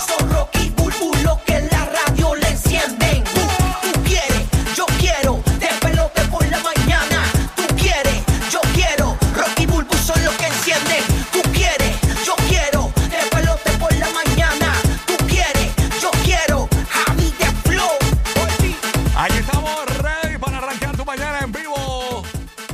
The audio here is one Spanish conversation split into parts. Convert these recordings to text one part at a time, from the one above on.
Son Rocky y Bulbu lo que en la radio le encienden. Tú, tú quieres, yo quiero. De pelote por la mañana. Tú quieres, yo quiero. Rocky y Bulbu son los que encienden. Tú quieres, yo quiero. De pelote por la mañana. Tú quieres, yo quiero. A mí de flow. Aquí estamos ready para arrancar tu mañana en vivo.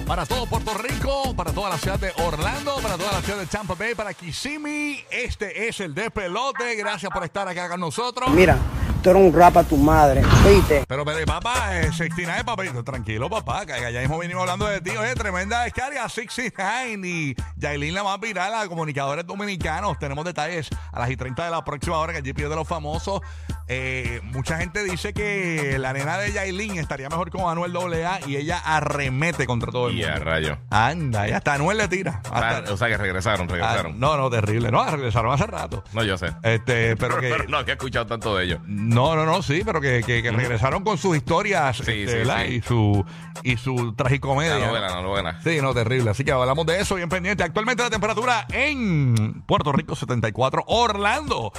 Para todo Puerto Rico, para toda la ciudad de Orlando, para toda la ciudad de Tampa Bay, para Kissimmee. Este es el de pelote. Gracias por estar acá con nosotros. Mira, tú eres un rap a tu madre, ¿viste? Pero, pero, papá, eh, 69, papá. Tranquilo, papá, que allá mismo vinimos hablando de ti. Oye, tremenda descarga, 69. Y Yailin, la más viral, a comunicadores dominicanos. Tenemos detalles a las y 30 de la próxima hora, que el GP de los famosos. Eh, mucha gente dice que la nena de Yailin estaría mejor con Anuel AA y ella arremete contra todo el Y mundo. a rayo. Anda, y hasta Anuel le tira. Hasta- Ah, o sea que regresaron, ah, regresaron. no, no, terrible. No, regresaron hace rato. no. yo sé. Este, pero que. no había escuchado tanto de ellos. No, no, no, sí, pero que, que- que regresaron con sus historias Sí, este, sí, ¿verdad? sí. y su y su tragicomedia. La novela, Ah, la novela. Sí, no, terrible. Así que hablamos de eso bien pendiente. Actualmente la temperatura en Puerto Rico 74, Orlando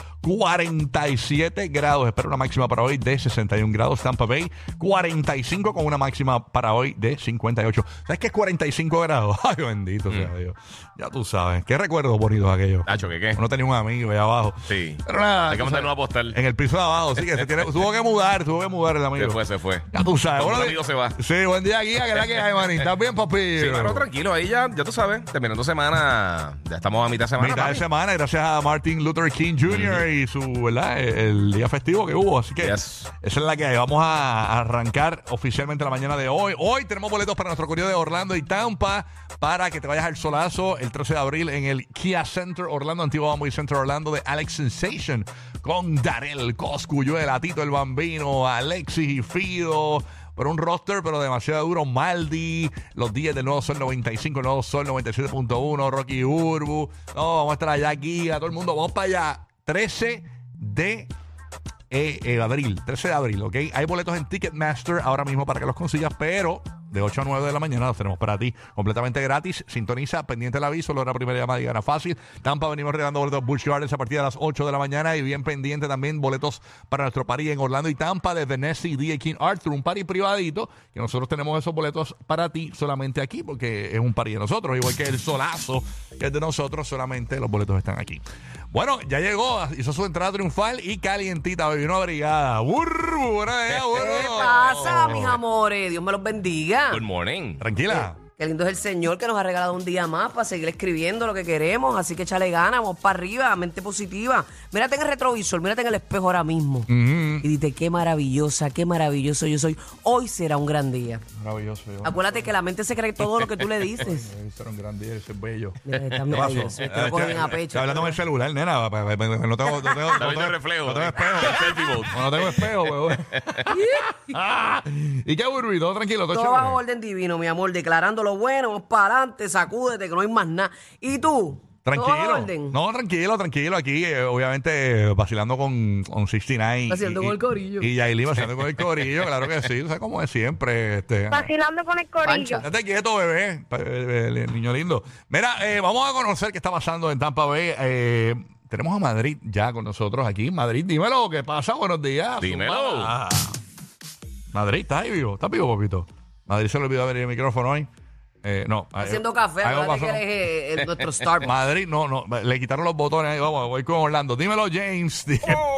47 grados. Espero una máxima para hoy de 61 grados. Tampa Bay 45 con una máxima para hoy de 58. ¿Sabes qué es 45 grados? Ay, bendito sea Dios. Ya tú sabes. Qué recuerdos bonitos aquellos. Mm. Nacho, ¿qué qué? Uno tenía un amigo allá abajo. Sí. Pero nada, Hay que tú mantenernos a sabes, postal. En el piso de abajo, sí, que se tiene, tuvo que mudar, tuvo que mudar el amigo. Se fue, se fue. Ya tú sabes. buenos Cuando un días. amigo se va. Sí, buen día, guía, que es la que hay, maní. ¿Estás bien, papi? Sí, pero tranquilo, ahí ya, ya tú sabes, terminando semana, ya estamos a mitad de semana. Mitad de papi. semana, gracias a Martin Luther King Jr. y su, ¿verdad? El, el día festivo que hubo. Así que Yes. esa es la que hay. Vamos a arrancar oficialmente la mañana de hoy. Hoy tenemos boletos para nuestro corrido de Orlando y Tampa para que te vayas al solazo el 13 de abril en el Kia Center Orlando, antiguo Amway Center Orlando de Alex Sensation con Darel Coscuyuela, Tito el Bambino, Alexis y Fido. Pero un roster, pero demasiado duro. Maldi, los 10 del nuevo Sol 95, el nuevo Sol 97.1, Rocky Urbu. No, vamos a estar allá aquí, a todo el mundo. Vamos para allá. 13 de eh, eh, abril, 13 de abril, ¿ok? Hay boletos en Ticketmaster ahora mismo para que los consigas, pero de 8 a 9 de la mañana los tenemos para ti completamente gratis. Sintoniza, pendiente el aviso, lo la primera llamada y gana fácil. Tampa venimos regalando boletos Bush Gardens a partir de las 8 de la mañana y bien pendiente también boletos para nuestro party en Orlando y Tampa desde Nessie D. King Arthur, un party privadito que nosotros tenemos esos boletos para ti solamente aquí porque es un party de nosotros, igual que el solazo que es de nosotros, solamente los boletos están aquí. Bueno, ya llegó, hizo su entrada triunfal y calientita, bebió una brigada. Burru, buena idea, burru. ¿Qué pasa, mis amores? Dios me los bendiga. Good morning. Tranquila. Qué lindo es el Señor que nos ha regalado un día más para seguir escribiendo lo que queremos. Así que échale ganas, vamos para arriba, mente positiva. Mírate en el retrovisor, mírate en el espejo ahora mismo. Mm-hmm. Y dite, qué maravillosa, qué maravilloso yo soy. Hoy será un gran día. Maravilloso. yo. Acuérdate que la mente se cree todo lo que tú le dices. Eso era un gran día, ese es bello. Mira, está ¿Qué pasó? maravilloso, te lo cogen a pecho. Este Estoy hablando con el celular, nena. pa- pa- pa- No tengo, no tengo, no Está viendo tengo- el reflejo. No tengo espejo. Selfie mode. No tengo espejo, weón. Ah, ¿Y qué, Burbu? Todo tranquilo, todo Todo bajo chévere. orden divino, mi amor. Declarando lo bueno, vamos para adelante, sacúdete que no hay más nada. ¿Y tú? ¿Todo bajo Tranquilo. orden? No, tranquilo, tranquilo. Aquí, eh, obviamente, eh, vacilando con, con 69. Vacilando y- con y- el corillo. Y Yailin vacilando con el corillo, claro que sí. O sea, como es siempre. Este, Vacilando con el corillo. Estate quieto, bebé, pa- eh, eh, niño lindo. Mira, eh, vamos a conocer qué está pasando en Tampa Bay. Eh, tenemos a Madrid ya con nosotros aquí. Madrid, dímelo, ¿qué pasa? Buenos días. Dímelo. Zumba. Madrid, ¿estás ahí vivo? ¿Estás vivo, papito? Madrid se le olvidó abrir el micrófono hoy. Eh, no. Haciendo eh, café, algo acuérdate que pasó. eres eh, el- nuestro Starbucks. Madrid, no, no, le quitaron los botones ahí. Vamos, voy con Orlando. Dímelo, James.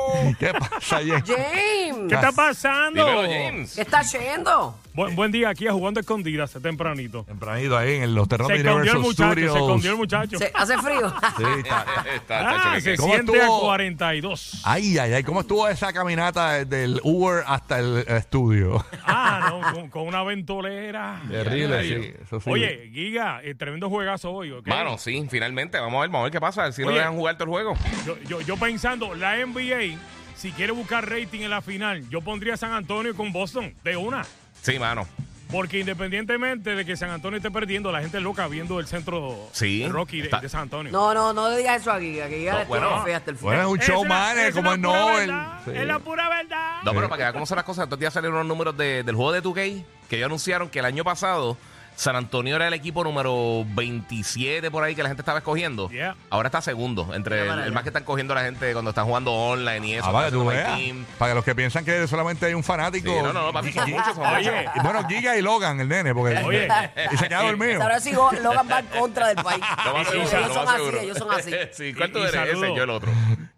Oh. ¿Qué pasa, James? James, ¿Qué está pasando? Dímelo, James. ¿qué está yendo? Buen, buen día aquí a jugando escondidas, tempranito. Tempranito ahí en los terrenos Se de escondió el Universal muchacho, Studios. se escondió el muchacho. Se- ¿Hace frío? Sí, está- Está, está Ah, chequeque. se ¿Cómo siente estuvo? Ah. a 42. Ay, ay, ay, ¿cómo estuvo esa caminata desde el Uber hasta el estudio? Ah, no, con, con una ventolera. Terrible, ya, ya. sí. Eso sí. Oye, Giga, eh, tremendo juegazo hoy, ¿ok? Mano, sí, finalmente. Vamos a ver, vamos a ver qué pasa. A ver si no Oye. dejan jugar todo el juego. Yo, yo- yo pensando, la NBA si quiere buscar rating en la final, yo pondría a San Antonio con Boston de una. Sí, mano. Porque independientemente de que San Antonio esté perdiendo, la gente es loca viendo el centro Sí. de Rocky de, Está- de San Antonio. No, no, no le digas eso aquí, que ya No, le estoy bueno. fea hasta el final. Bueno, es un Esa show, la- man, esa es como la el pura Nobel. verdad, Sí. Es la pura verdad. No, pero para que vean cómo son las cosas, estos días salieron unos números de- del juego de 2K que ellos anunciaron que el año pasado San Antonio era el equipo número 27 por ahí que la gente estaba escogiendo. Yeah. Ahora está segundo, entre Mira el, para el allá. más que están cogiendo la gente cuando están jugando online y eso. Ah, para que están tú haciendo veas. my team. Para los que piensan que solamente hay un fanático. Sí, no, no, no, papi, son Gi- muchos, son muchos. Oye. Y Bueno, Giga y Logan, el nene, porque. Oye. Y se queda dormido. Ahora sí, Go- Logan va en contra del país. Lo más Ah, ellos seguro, lo son más así, seguro. ellos son así. sí, ¿cuánto Y- y eres? Ese saludo. yo el otro.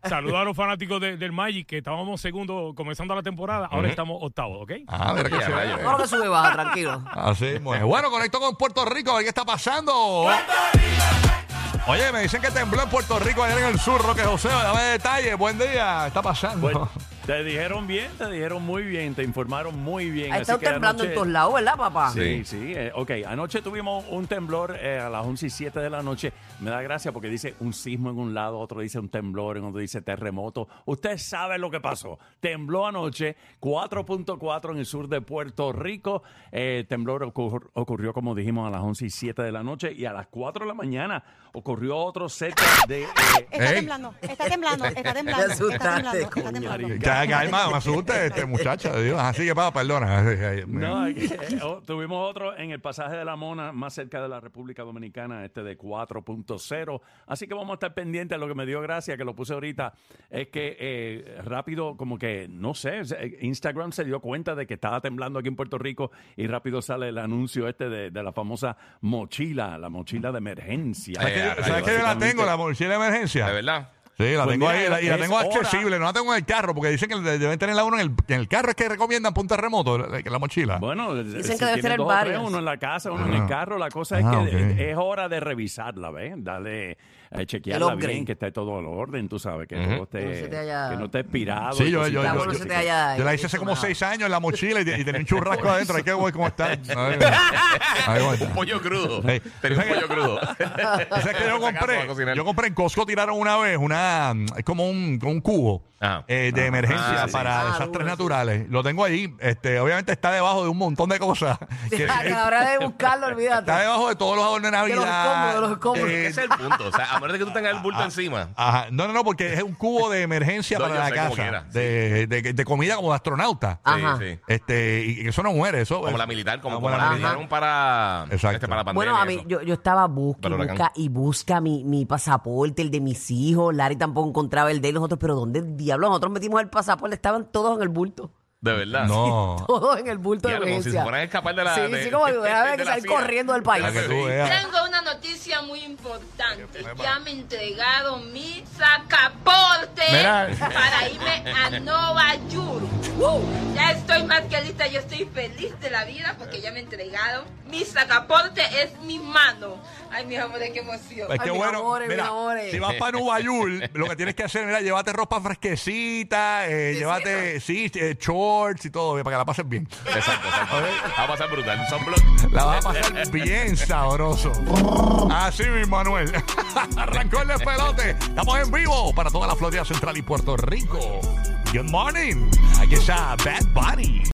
Saludo a los fanáticos de- del Magic que estábamos segundo comenzando la temporada, ahora estamos octavos, ¿ok? Ah, mira Ah, que Ya, se rayo. No lo que sube baja, tranquilo. Así mismo es. Bueno, conecto con Puerto Rico. A ver qué está pasando. Oye, me dicen que tembló en Puerto Rico ayer en el sur, Roque José. Dame detalles. Buen día. Está pasando. Pues, te dijeron bien, te dijeron muy bien, te informaron muy bien. Ahí así están que temblando en anoche- todos lados, ¿verdad, papá? Sí, sí. eh, ok, anoche tuvimos un temblor eh, a las 11 y 7 de la noche. Me da gracia porque dice un sismo en un lado, otro dice un temblor, en otro dice terremoto. Usted sabe lo que pasó. Tembló anoche 4.4 en el sur de Puerto Rico. Eh, temblor ocur- ocurrió, como dijimos, a las 11 y 7 de la noche y a las 4 de la mañana ocurrió otro set de... eh, Está Ey. temblando, está temblando, está Te temblando, asustaste, está temblando, está coño. temblando. Ya, calma, me asusta este muchacho. de Dios. Así que, papá, perdona. Ay, ay, No, eh, oh, tuvimos otro en el pasaje de la Mona, más cerca de la República Dominicana, este de 4.0. Así que vamos a estar pendientes. Lo que me dio gracia, que lo puse ahorita, es que eh, rápido, como que, no sé, se- eh, Instagram se dio cuenta de que estaba temblando aquí en Puerto Rico y rápido sale el anuncio este de, de la famosa mochila, la mochila de emergencia. ¿Sabes que yo- Eh, ¿Sabes que yo la tengo, la mochila de emergencia? ¿De verdad? Sí, la Pues tengo mira, ahí la- y la es tengo hora. accesible, no la tengo en el carro, porque dicen que de- deben tenerla uno en el, en el carro, es que recomiendan punta remoto, la, la mochila. Bueno, que si debe tienes tener dos o tres, varias. uno en la casa, uno en Ah. el carro, la cosa es Ah, que ok. de- es hora de revisarla, ¿ves? Dale, eh, chequearla El upgrade. bien, que esté todo al orden, tú sabes, que todo esté, no se te haya- que no esté expirado. Sí, y yo, yo, yo, cositas Vamos, así. no yo- se te haya yo la hice hace hecho como nada. seis años en la mochila y, y tenía un churrasco adentro. Hay que ver cómo está. A ver. Ahí voy. Un pollo crudo. Ey. Tenía un pollo crudo. O sea, que yo Sacando a compré, cocinar. yo compré en Costco, tiraron una vez una, mm, es como un, como un cubo Ajá. eh, de emergencia Ah, sí. para Ah, desastres duro, sí. naturales. Lo tengo ahí, este, obviamente está debajo de un montón de cosas. que- A la hora de buscarlo, olvídate. está debajo de todos los adornos de De los Navidad. cómodos, de los cómodos. Ese es el punto. O sea, a menos de que tú tengas el Ah, bulto encima. Ajá. No, no, no, porque es un cubo de emergencia No, para yo la sé cómo casa. quiera, de, de- de comida como de astronauta. Sí, Ajá. sí. Este, y y eso no muere, eso. Como es- la militar, como, Ah, como bueno, la ajá. militar para, Exacto. este, para la pandemia. Bueno, a y mí, eso. yo, yo estaba busca y Para el huracán. busca, y busca mi, mi pasaporte, el de mis hijos. Larry tampoco encontraba el de nosotros, pero ¿dónde diablos nosotros metimos el pasaporte? Estaban todos en el bulto. De verdad. No. Todos en el bulto Ya, de como si se emergencia. fueran a escapar de la. Sí, de- sí, como que déjame de que la salir CIA. corrediendo del país. Para que tú veas. Tengo una noticia muy importante. Ya me he entregado mi sacaporte Mira. para irme a Nueva York. Uh, Ya estoy más que lista, yo estoy feliz de la vida porque ya me he entregado. Mi sacaporte es mi mano. Ay, mi amor, qué emoción. Es que mis bueno, amores, mis mira, amores. si vas para Nubayul, lo que tienes que hacer, mira, llévate ropa fresquecita, eh, llévate, sí, eh, shorts y todo, para que la pases bien. Exacto, exacto. Va a pasar brutal. Son blogs. La vas a pasar bien sabroso. Así mismo, Manuel. Arrancó el pelote. Estamos en vivo para toda la Florida Central y Puerto Rico. Good morning. Aquí está Bad Bunny.